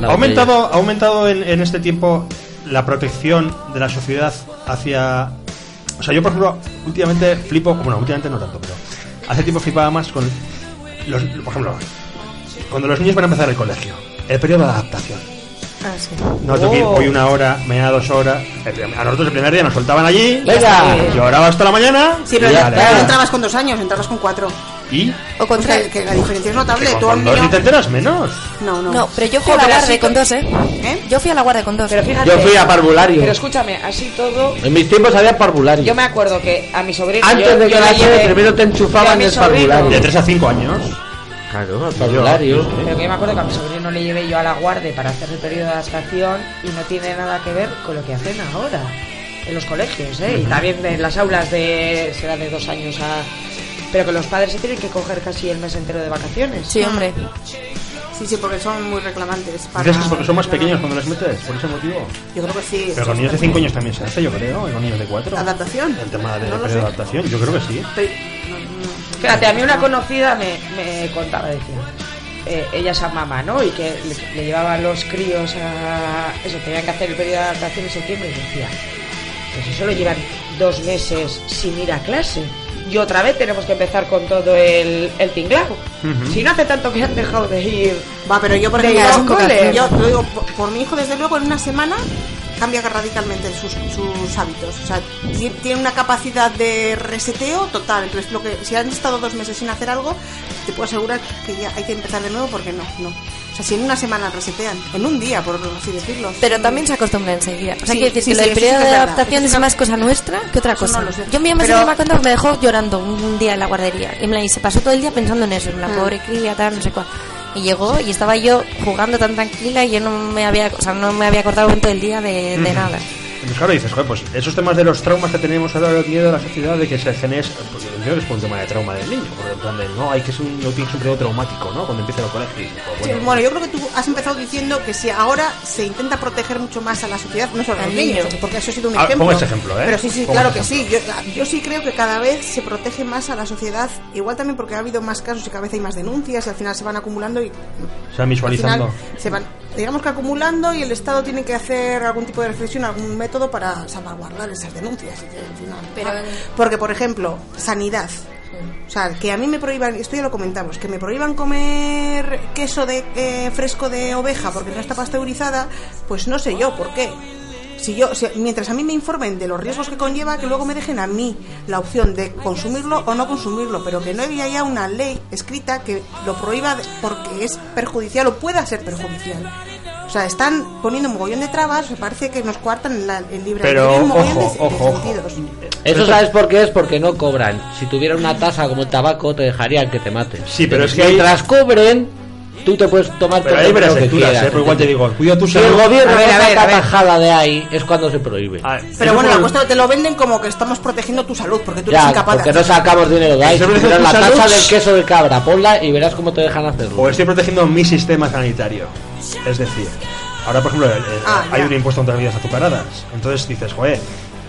la
¿Ha aumentado, ha aumentado en, en este tiempo la protección de la sociedad hacia... O sea, yo por ejemplo, últimamente flipo... Bueno, últimamente no tanto, pero... Hace tiempo flipaba más con... Los, por ejemplo, cuando los niños van a empezar el colegio, el periodo de adaptación.
Ah, sí.
No, tengo que ir
Oh.
hoy una hora, mañana dos horas. El prim- A nosotros el primer día nos soltaban allí,
Venga.
lloraba hasta la mañana.
Sí, pero
y,
Ya,
ya,
vale,
claro.
no
vale.
entrabas con dos años, entrabas con cuatro.
Y
O con
O sea,
tres.
que la diferencia es notable.
con,
Tú a un
con dos
niño-
ni te enteras menos.
No, no.
No, pero yo fui a la
Joder,
guardia
así
con
que-
dos, ¿eh?
¿Eh?
Yo fui a la guardia con dos.
Pero fíjate.
Yo fui a parvulario.
Pero escúchame, así todo.
En mis tiempos había parvulario.
Yo me acuerdo que a mi sobrino.
Antes
yo-
de que
yo la
naciera,
llevé-
primero te enchufaban
yo a mi
en el
sobrino-
parvulario.
De 3 a 5 años.
Claro, al parvulario.
Pero que yo me acuerdo que a mi sobrino le llevé yo a la guardia para hacer el periodo de adaptación y no tiene nada que ver con lo que hacen ahora en los colegios, ¿eh? Y también en las aulas de. será de dos años a. Pero que los padres se tienen que coger casi el mes entero de vacaciones.
Sí, hombre.
Sí, sí, porque son muy reclamantes. para-
¿Crees que es porque son más pequeños cuando les metes? ¿Por ese motivo?
Yo creo que sí.
Pero con niños de 5 años también se hace, yo creo, y con niños de 4.
¿Adaptación?
El tema de
No lo
periodo de
sé.
adaptación, yo creo que sí.
Pero- no, no, no.
Espérate, a mí una conocida me, me contaba, decía, eh, ella es mamá, ¿no? Y que le, le llevaban los críos a... Eso, tenían que hacer el periodo de adaptación en septiembre y decía, pues eso lo llevan dos meses sin ir a clase. Y otra vez tenemos que empezar con todo el, el tinglado. Si no hace tanto que han dejado de ir...
Va, pero yo, por
De ir al
ejemplo,
cole.
yo te digo, por, por mi hijo, desde luego, en una semana cambia radicalmente sus, sus hábitos. O sea, ti- tiene una capacidad de reseteo total. Entonces, lo que, si han estado dos meses sin hacer algo, te puedo asegurar que ya hay que empezar de nuevo porque no, no. O sea, si en una semana resetean, en un día, por así decirlo.
Pero también se acostumbra enseguida. O sea,
Sí,
quiero decir
sí,
que el
sí, eso sí
periodo
que es
de
verdad.
adaptación
Eso
es
no-
más cosa nuestra que otra
eso
cosa.
no lo sé.
Yo mi mamá
Pero-
se me cuenta que me dejó llorando un día en la guardería. Y, me la, y se pasó todo el día pensando en eso, en la
Ah.
pobre cría, tal, no sé cuál. Y llegó y estaba yo jugando tan tranquila y yo no me había, o sea, no me había acordado en todo el día de, de nada.
Pues claro, dices, joder, pues esos temas de los traumas que tenemos ahora, el miedo a la sociedad, de que se genes, porque yo creo que es por un tema de trauma del niño, porque en plan de, no, hay que ser un, no tienes un periodo traumático, ¿no? Cuando empieza el colegio. Y dices, pues,
Sí,
bueno,
bueno, yo creo que tú has empezado diciendo que si ahora se intenta proteger mucho más a la sociedad, no solo a los
Al
niños,
niño.
porque eso ha sido un
Ah,
ejemplo.
pongo ese ejemplo, ¿eh?
Pero sí, sí,
Pongo
claro
ese
que sí. Yo, ah, yo sí creo que cada vez se protege más a la sociedad, igual también porque ha habido más casos y cada vez hay más denuncias y al final se van acumulando y
se van
al
visualizando.
final se van, digamos que acumulando y el Estado tiene que hacer algún tipo de reflexión, algún método para salvaguardar esas denuncias. y que al final- ah,
Pero-
porque, por ejemplo, sanidad. O sea, que a mí me prohíban, esto ya lo comentamos, que me prohíban comer queso de eh, fresco de oveja porque no está pasteurizada, pues no sé yo por qué. Si yo, si- mientras a mí me informen de los riesgos que conlleva, que luego me dejen a mí la opción de consumirlo o no consumirlo, pero que no haya ya una ley escrita que lo prohíba de- porque es perjudicial o pueda ser perjudicial. O sea, están poniendo un mogollón de trabas, me parece que nos coartan la- el libre
Pero,
albedrío, un mogollón
ojo,
de- de
ojo, ojo.
sentidos.
eh,
Eso sabes por qué es porque no cobran. Si tuviera una tasa como el tabaco, te dejarían que te maten.
Sí, pero es que
mientras cobren, tú te puedes tomar
Pero
todo
hay
el
varias
dinero que
lecturas,
quieras,
¿eh? Pero igual te digo, cuida tu
Si el
salud.
gobierno
A ver, a
no
ver, a
saca
ver.
tajada de ahí, es cuando se prohíbe.
Ah,
Pero
eso
bueno, la
por-
cuestión te lo venden como que estamos protegiendo tu salud, porque tú eres
Ya,
incapaz de
porque no
hacerlo.
sacamos dinero de ahí.
Eso me dice
Pero
tu
la
salud. Pues este
tasa del queso de cabra, ponla y verás cómo te dejan hacerlo.
O estoy protegiendo mi sistema sanitario. Es decir, ahora por ejemplo el- el-
Ah,
hay
ya.
un impuesto contra las bebidas azucaradas. Entonces dices, joder,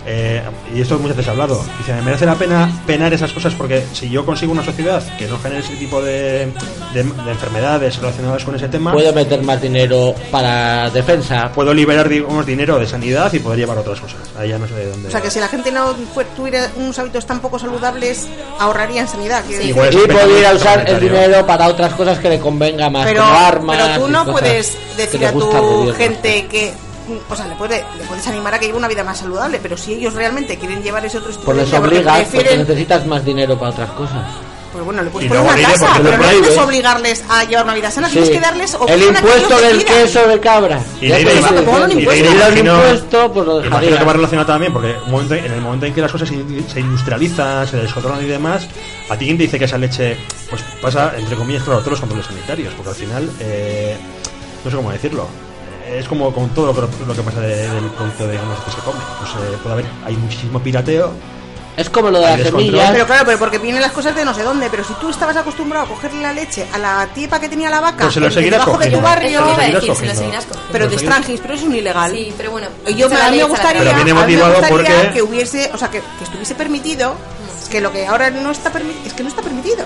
eh, y esto muchas veces he hablado, dice, me merece la pena penar esas cosas porque si yo consigo una sociedad que no genere ese tipo de, de- de enfermedades relacionadas con ese tema,
Puedo meter más dinero para defensa.
puedo liberar digamos, dinero de sanidad y poder llevar otras cosas. Ahí ya no sé de dónde.
O sea, que si la gente no fue- tuviera unos hábitos tan poco saludables, ahorraría en sanidad. quiero decir.
Igual es
y
un
podría
pensamiento
usar el
totalitario.
dinero para otras cosas que le convenga más,
pero,
como armas.
pero tú
y
no
cosas
puedes
que pues,
decir
le
a
gusta al
tu
gobierno.
gente que. O sea, le puedes, le puedes animar a que lleve una vida más saludable, pero si ellos realmente quieren llevar ese otro estilo
Pues
de
les
vida porque
obligas, porque
prefieren,
necesitas más dinero para otras cosas.
pues bueno, le
Y
puedes poner
luego
una
diré,
tasa,
porque lo
pero no puedes
prohíbe.
obligarles a llevar una vida sana, tienes
Sí.
que darles
el
opción a que
impuesto
ellos
del
decidan.
queso de
Y
cabra.
de
Ya
ahí
te
le
lo
imagino-
estoy
y
diciendo.
de ahí le
Si hubiera
imagino-
un impuesto, pues lo
imagino que va
dejaría.
relacionado también, porque un momento- en el momento en que las cosas se in- se industrializan, se descontrolan y demás, a ti quien te dice que esa leche, pues pasa, entre comillas, claro, todos los controles sanitarios, porque al final, eh, no sé cómo decirlo. eh, Es como con todo lo que, lo que pasa de- del producto de que se come. Pues eh, puede haber, hay muchísimo pirateo.
Es como lo de
Hay
las
descontrol.
semillas.
Pero claro, pero porque vienen las cosas de no sé dónde, pero si tú estabas acostumbrado a cogerle la leche a la tipa que tenía la vaca,
Pues se lo
en-
seguirás
debajo de
cogiendo.
tu barrio,
Eso iba a
seguirás
decir, se lo
cogiendo.
seguirás cogiendo.
pero
Se
de
lo seguirás-
extranjis, pero eso es un ilegal.
pero bueno.
Yo me, a mí me gustaría,
Pero viene
a mí me
motivado
gustaría
porque-
que hubiese, o sea, que, que estuviese permitido, que lo que ahora no está permitido, es que no está permitido.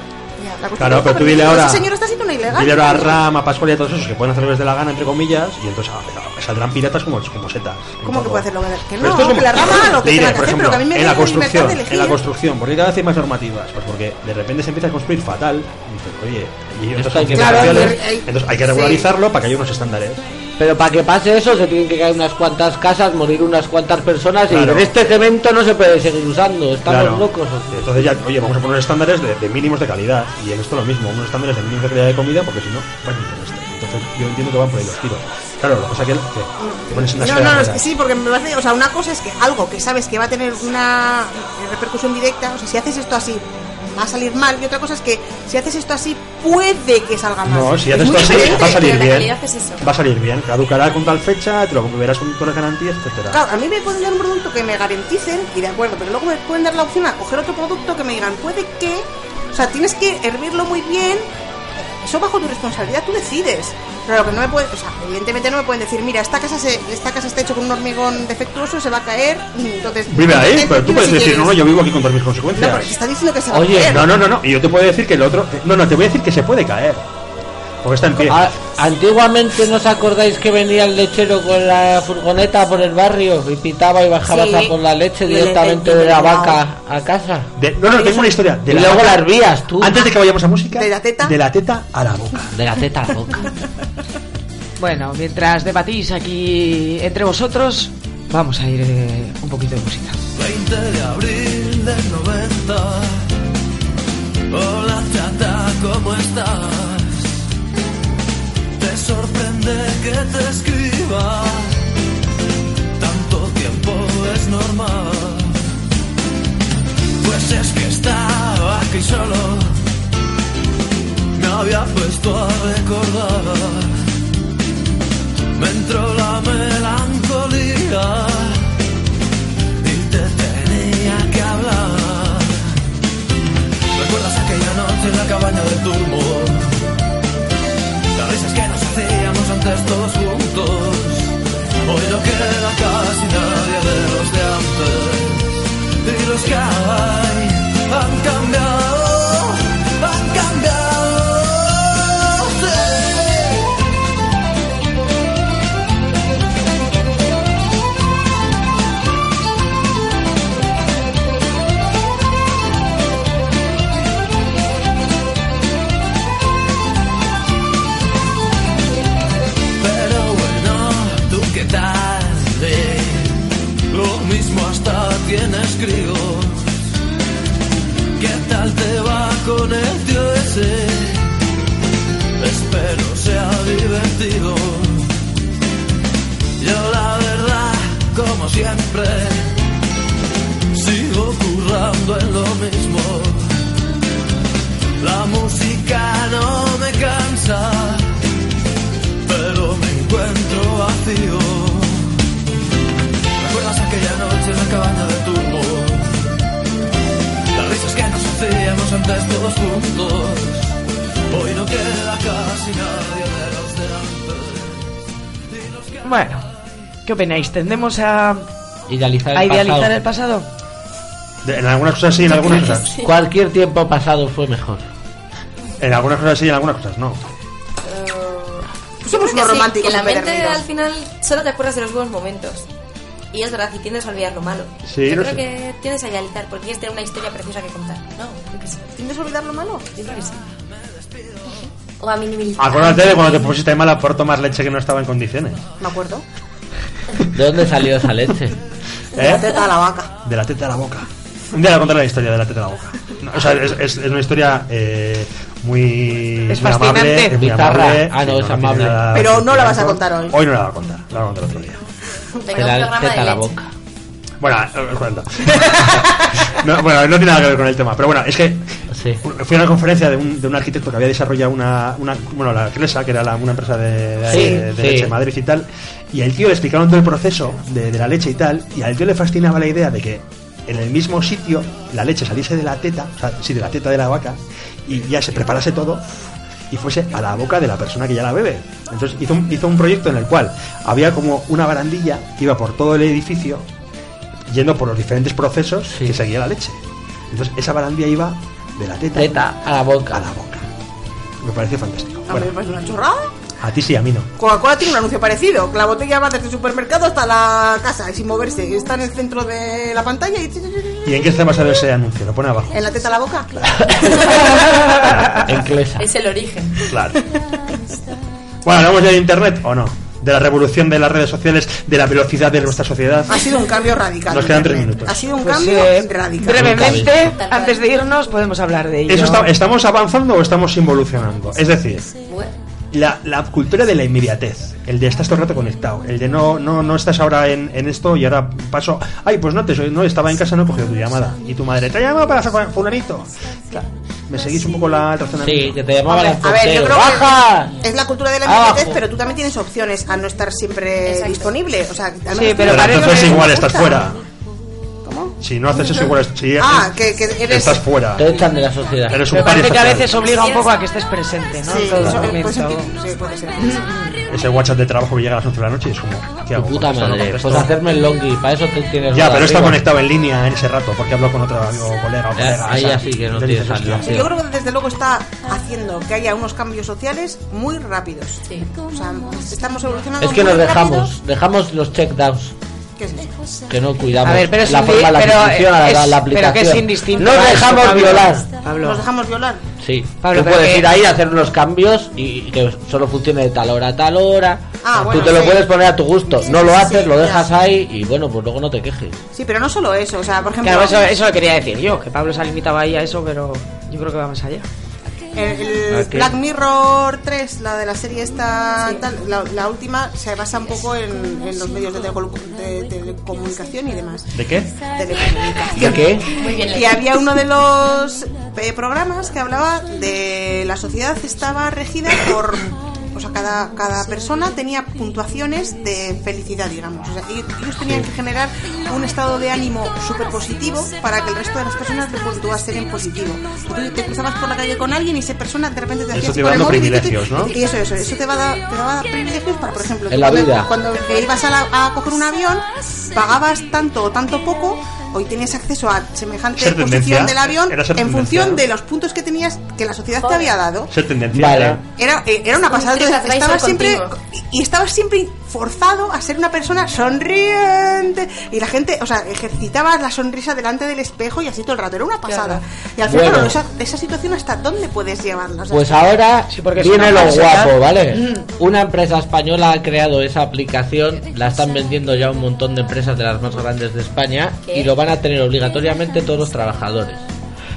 La cuestión
Claro,
no está
pero tú dile
permitida.
ahora-
Ese señor está siendo una ilegal.
Y ahora a Ram, a Pascual y a todos esos que pueden hacer lo que les dé la gana, entre comillas, y entonces ah, pero saldrán piratas como, como setas. en
¿Cómo que
todo.
puede hacer lo que le- que
Pero
no,
esto es
que la Rama haga lo que
Leire,
tenga que
por
hacer,
ejemplo,
pero que a mí me
en la
den la libertad
construcción,
de
En la
elegir.
construcción, porque cada vez hay más normativas, pues porque de repente se empieza a construir fatal. y dices, oye, y hay otras
Esto hay que-
construcciones
Claro,
sociales,
hay- hay-
entonces hay que
sí.
regularizarlo para que haya unos estándares.
Pero para que pase eso se tienen que caer unas cuantas casas, morir unas cuantas personas
Claro.
y en este cemento no se puede seguir usando. Estamos
Claro.
locos. ¿o qué?
Entonces ya, oye, vamos a poner estándares de, de mínimos de calidad. Y en esto lo mismo, unos estándares de mínimos de calidad de comida, porque si no, van a tener esto. Entonces yo entiendo que van por ahí los tiros. Claro, la cosa que, que pones unas
No, no, no, es
pegadas.
que sí, porque me parece, o sea, una cosa es que algo que sabes que va a tener una repercusión directa, o sea, si haces esto así va a salir mal y otra cosa es que si haces esto así puede que salga mal.
No, si
Es
haces
muy
esto así,
diferente.
va a salir
pero la
bien.
calidad es eso.
Va a salir bien. Caducará con tal fecha, te lo verás con todas las garantías, etcétera.
Claro, a mí me pueden dar un producto que me garanticen y de acuerdo, pero luego me pueden dar la opción a coger otro producto que me digan, puede que O sea, tienes que hervirlo muy bien. Eso bajo tu responsabilidad tú decides. Pero lo que no me pueden, o sea, evidentemente no me pueden decir, mira, esta casa se, esta casa está hecha con un hormigón defectuoso, se va a caer, entonces.
Vive ahí,
entonces,
pero tú
si
puedes decir,
quieres.
no, no, yo vivo aquí con todas mis
No, pero te
consecuencias.
está diciendo que se va
Oye,
a caer.
No, no, no, no. Y yo te puedo decir que el otro. eh, No, no, te voy a decir que se puede caer. Porque está en pie.
Ah.
A- Ah, antiguamente no os acordáis que venía el lechero con la furgoneta por el barrio y pitaba y bajaba
Sí.
a por la leche
Y le-
directamente
y le
de la
daba.
vaca a casa.
De- no, no, tengo una historia. De
y luego
vaca-
la hervías tú.
Antes de que vayamos a música.
De la teta.
De la teta a la boca.
De la teta a la boca.
Bueno, mientras debatís aquí entre vosotros, vamos a ir eh, un poquito de música.
20 de abril del 90. Hola chata, ¿cómo estás? Te sorprende que te escriba. Tanto tiempo es normal. Pues es que estaba aquí solo. Me había puesto a recordar. Me entró la melancolía y te tenía que hablar. ¿Recuerdas aquella noche en la cabaña del turmo? Las risas que nos hacíamos antes todos juntos. Hoy no queda casi nadie de los de antes. Y los que hay han cambiado, han cambiado. sí. Pero bueno, ¿tú qué tal? Eh, Lo mismo hasta tienes crío. ¿Qué tal te va con el tío ese? Espero sea divertido. Yo la verdad, como siempre, sigo currando en lo mismo. La música no me cansa pero me encuentro vacío. ¿Recuerdas aquella noche en la cabaña del turbo? Las risas que nos hacíamos antes todos juntos. Hoy no queda casi nadie de los de antes. Y los que-
Bueno, ¿qué opináis? ¿Tendemos a,
Idealizar el
a idealizar
pasado.
el pasado?
De- en algunas cosas sí, en algunas cosas.
Cualquier tiempo pasado fue mejor.
En algunas cosas sí, en algunas cosas no.
Pues somos
Creo
unos
que sí,
románticos.
que la mente
empedernidos.
al final solo te acuerdas de los buenos momentos. Y es verdad, y tiendes a olvidar lo malo.
Sí,
Yo
no
creo
sé.
que tienes a idealizar porque tienes tener una historia preciosa que contar. No, yo qué sé.
¿Tiendes a olvidar lo malo?
Yo creo que sí. O a minimizar.
Acuérdate de cuando te pusiste mala por tomar leche que no estaba en condiciones.
Me acuerdo.
¿De dónde salió esa leche?
La
¿Eh?
teta a la vaca.
De la teta a la boca. Un día le contaré la historia de la teta a la boca. No, o sea, es, es- es una historia eh, muy,
Es
muy amable.
fascinante.
Es muy
Bizarra.
amable.
Ah, no, es
tiene
amable.
nada
Pero no la
sentimiento.
vas a contar hoy.
Hoy no la voy a contar, la voy a contar otro día.
Venga,
De
un
la
programa
teta
de
a la
leche.
boca.
Bueno, eh, os cuento. No, bueno, no tiene nada que ver con el tema, pero bueno, es que
Sí.
fui a una conferencia de un, de un arquitecto que había desarrollado una, una bueno, la Cresa, que era la- una empresa de, de-
Sí,
de
sí.
leche en Madrid y tal, y al tío le explicaron todo el proceso de, de la leche y tal, y al tío le fascinaba la idea de que en el mismo sitio la leche saliese de la teta, o sea, sí, de la teta de la vaca, y ya se preparase todo y fuese a la boca de la persona que ya la bebe. Entonces hizo un, hizo un proyecto en el cual había como una barandilla que iba por todo el edificio yendo por los diferentes procesos
Sí.
que seguía la leche. Entonces esa barandilla iba de la teta,
Teta a la boca.
a la boca. Me pareció fantástico.
A mí me
Bueno,
parece una chorrada.
a ti sí, a mí no.
Coca-Cola tiene un anuncio parecido. que La botella va desde el supermercado hasta la casa y sin moverse. y Está en el centro de la pantalla y.
¿Y en qué está basado ese anuncio? Lo pone abajo.
En la teta a la boca.
En Clesa.
Es el origen.
Claro. Bueno, ¿hablamos ya de internet o no? De la revolución de las redes sociales, de la velocidad de nuestra sociedad.
Ha sido un cambio radical.
Nos quedan tres
Internet.
minutos.
Ha sido un
Pues,
cambio
eh,
radical.
brevemente,
Tal
cual.
antes de irnos, podemos hablar de ello.
¿Eso está- ¿Estamos avanzando o estamos involucionando? Es decir,
Bueno,
la, la cultura de la inmediatez, el de estás todo el rato conectado, el de no, no, no estás ahora en, en esto y ahora paso, ay, pues no te soy, no estaba en casa, no he cogido tu llamada. Y tu madre, te ha llamado para fu- fulanito. Claro, ¿Me seguís un poco la el razonamiento?
Sí, que te llamaba
Hombre,
la
a ver, yo creo
¡Baja!
que es la cultura de la inmediatez,
Abajo.
pero tú también tienes opciones a no estar siempre
Exacto.
disponible. O sea, al menos
Sí, pero
tú
Pero
no
parece
entonces
eres
igual
un
estás
puta.
fuera.
¿Cómo?
Si no haces eso, igual es- si
Ah,
haces-
que, que eres.
estás fuera.
Te echan de la sociedad.
Eres
Me
un paria
parece que a
social.
veces obliga un poco a que estés presente, ¿no?
Sí,
En todo
eso-
momento.
pues entiendo, sí, puede ser.
Ese WhatsApp de trabajo que llega a las 11 de la noche y es como. ¿Qué
Tu
hago?
puta
Contesto, no
madre.
contesto.
Pues hacerme el longi. Para eso tú tienes.
Ya,
lo
pero
de
está
arriba.
conectado en línea en ese rato, porque hablo con otro amigo, colega o
Ya,
colega.
ahí
o sea,
así que no
te dices,
tienes
hostia.
salida.
Sí, Yo creo que desde luego está haciendo que haya unos cambios sociales muy rápidos.
Sí.
O sea, estamos evolucionando.
Es que nos
muy rápido.
dejamos. Dejamos los checkdowns.
¿Qué es eso?
Que no cuidamos.
A ver, pero es
la
indi-
forma, la
pero
suscripción, a la,
es-
la
pero que
aplicación.
es indistinto a
Nos
eso,
dejamos
Pablo.
violar.
Pablo.
Nos dejamos violar.
Sí.
Pablo,
tú
pero
puedes
que-
ir ahí a hacer unos cambios y y que solo funcione de tal hora a tal hora.
Ah, bueno,
tú te lo
sí.
puedes poner a tu gusto. No lo
Sí,
haces,
sí,
lo
ya.
dejas ahí y bueno, pues luego no te quejes.
Sí, pero no solo eso. O sea, por ejemplo,
Claro, eso, eso lo quería decir yo, que Pablo se ha limitado ahí a eso, pero yo creo que va más allá.
el, el
Ok.
Black Mirror 3, la de la serie esta, tal, la, la última, se basa un poco en, en los medios de, telecol- de- de telecomunicación y demás.
¿De qué?
Telecomunicación.
¿De qué?
Muy bien.
Y había uno de los eh, programas que hablaba de la sociedad estaba regida por... O sea, cada, cada persona tenía puntuaciones de felicidad, digamos. O sea, ellos ellos tenían que generar un estado de ánimo súper positivo para que el resto de las personas te puntuasen en positivo. Tú te cruzabas por la calle con alguien y esa persona de repente te hacía
Eso
así
te
con
va
el
dando
móvil y tú-
privilegios, ¿no?
y eso, eso, eso te va a dar, te va a dar privilegios para, por ejemplo,
En
tú
la
cuando-
vida.
cuando te ibas a, la- a coger un avión, pagabas tanto o tanto poco, hoy tenías acceso a semejante
Ser tendencia.
posición del avión
Era ser
en
tendencia,
función
¿no?
de los puntos que tenías que la sociedad te había dado.
Ser tendencial.
Vale.
Era, eh, era una pasada.
Un
Entonces,
TripAdvisor
estabas siempre
contigo.
y estabas siempre forzado a ser una persona sonriente y la gente, o sea, ejercitabas la sonrisa delante del espejo y así todo el rato. Era una pasada. Y al final,
Bueno.
claro, esa, esa situación hasta dónde puedes llevarla. O sea,
Pues ahora
Sí, porque es
viene
una
lo
falsedad.
guapo, ¿vale? Una empresa española ha creado esa aplicación, la están vendiendo ya un montón de empresas de las más grandes de España y lo van a tener obligatoriamente todos los trabajadores.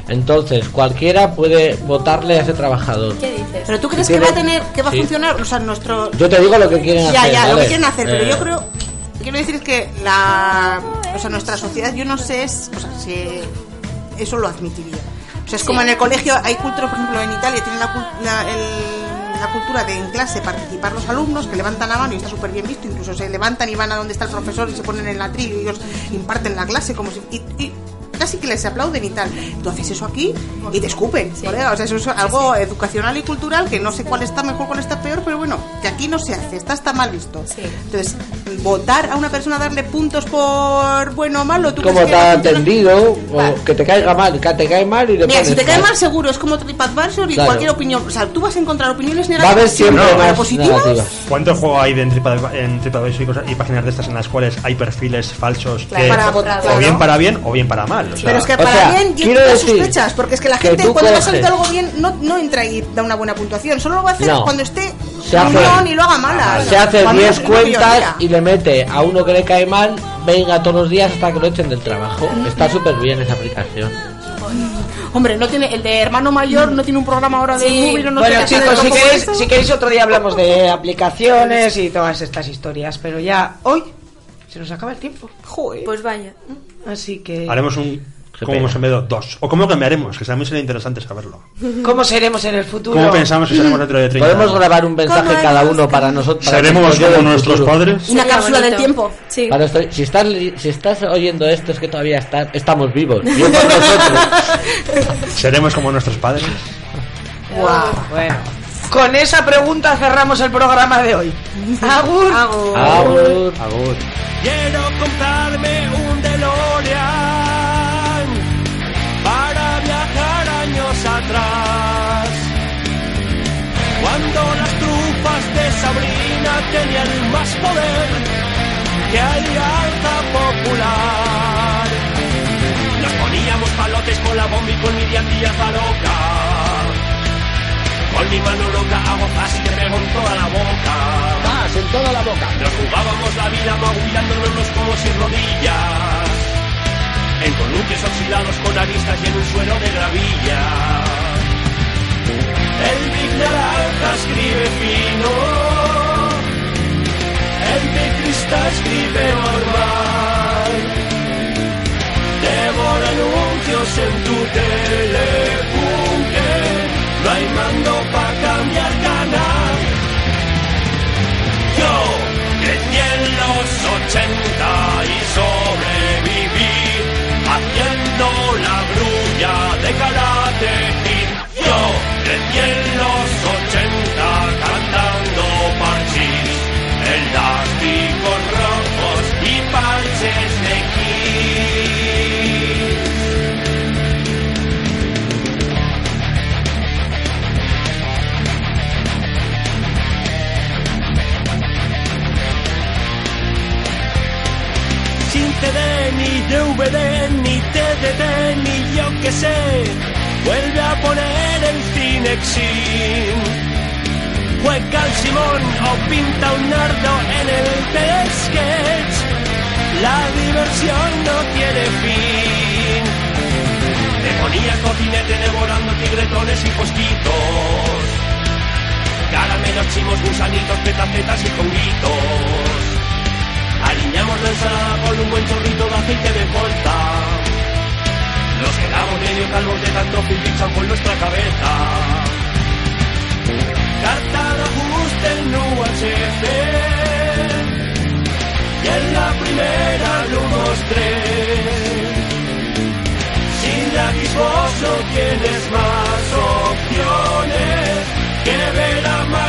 Entonces, cualquiera puede votarle a ese trabajador.
¿Qué dices?
Pero tú crees
tiene-
que va a tener, que va a
Sí.
funcionar, o sea, nuestro.
Yo te digo lo que quieren
ya,
hacer.
ya, lo
¿vale?
que quieren hacer, pero
Eh,
yo creo. Quiero decir es que la. O sea, nuestra sociedad, yo no sé es- o sea, si eso lo admitiría. O sea, es como en el colegio, hay cultura, por ejemplo, en Italia tienen la, cul- la- el- la cultura de en clase participar los alumnos que levantan la mano y está súper bien visto, incluso se levantan y van a donde está el profesor y se ponen en la tril y ellos imparten la clase como si. y- y casi que les aplauden y tal. Tú haces eso aquí y te escupen, colega. O sea, eso es algo educacional y cultural que no sé cuál está mejor, cuál está peor, pero bueno, que aquí no se hace, está, está mal visto.
Sí.
Entonces, votar a una persona, darle puntos por bueno o malo, tú
Como
crees
te
que la
ha
cultura-
atendido,
Vale.
o que te caiga mal, que te cae mal y le
Mira, si
pones
te cae
mal.
mal seguro, es como TripAdvisor y
Claro.
cualquier opinión. O sea, tú vas a encontrar opiniones
Va a
negativas,
haber siempre
pero
más
positivas.
negativas.
¿Cuánto juego hay de en TripAdvi- en TripAdvisor y, cosas- y páginas de estas en las cuales hay perfiles falsos
Claro,
que
para
o
votar,
bien
¿no?
para bien o bien para mal? O sea,
Pero es que
O
para
sea,
bien yo
quiero
tengo
decir
sospechas, porque es que la
que
gente
tú
cuando va a
coges-
salir algo bien no, no entra y da una buena puntuación, solo lo va a hacer
No.
cuando esté
Se hace-
unión y lo haga mala.
Se hace
Cuando
10
es lo que yo
cuentas
diría.
y le mete a uno que le cae mal, venga todos los días hasta que lo echen del trabajo. Está súper bien esa aplicación.
Hombre, no tiene el de hermano mayor no tiene un programa ahora de
Sí.
móvil o no
bueno,
sé qué,
chicos,
¿no?
si
¿Cómo
queréis,
eso?
si queréis otro día hablamos de aplicaciones y todas estas historias, pero ya hoy se nos acaba el tiempo.
Joder.
Pues vaya.
Así que...
Haremos un.
Qué
¿Cómo
pena.
hemos cambiado? Dos. ¿O cómo cambiaremos? Que también sería interesante saberlo.
¿Cómo seremos en el futuro?
¿Cómo pensamos que seremos dentro de 30
Podemos
años?
grabar un mensaje
Con
cada
los-
uno para nosotros. para
¿Seremos
nuestro yo
como
del
nuestros
futuro.
padres?
Sería
cápsula
bonito.
del tiempo.
Sí.
Para nuestro- si, estás, li- si estás oyendo esto es que todavía está- estamos vivos. Bien por nosotros.
¿Seremos como nuestros padres?
Bueno, con esa pregunta cerramos el programa de hoy. Agur.
Hago-
Agur. Agur.
Quiero comprarme un DeLorean para viajar años atrás. Cuando las trupas de Sabrina tenían más poder que Alianza Popular. Nos poníamos palotes con la bomba y con mi diantilla faroca. Con mi mano loca hago así te pego en toda la boca.
Más en toda la boca.
Nos jugábamos la vida magullándonos los como sin rodillas En columpios oxidados con aristas y en un suelo de gravilla El Big Naranja escribe fino El Big Cristal escribe normal Devora anuncios en tu telepunker No hay mando para cambiar canal yo crecí en los 80 y sobreviví a de Karate Kid. Yo crecí en los 80 cantando parchís, elásticos rojos y parches de Kid. sin CD, ni DVD, ni TDT, ni yo que sé. Vuelve a poner el Cinexin. Juega al Simón o pinta un nardo en el telesketch. La diversión no tiene fin. Demonías cocinete devorando tigretones y mosquitos. Caramelos, chimos, gusanitos, petacetas y conguitos. Aliñamos la ensalada con un buen chorrito de aceite de colza. Nos quedamos medio calvos de tanto pipichan con nuestra cabeza. Carta de ajuste en UHF. Y en la primera alumnos tres. Sin la Xbox no tienes más opciones que ver a más.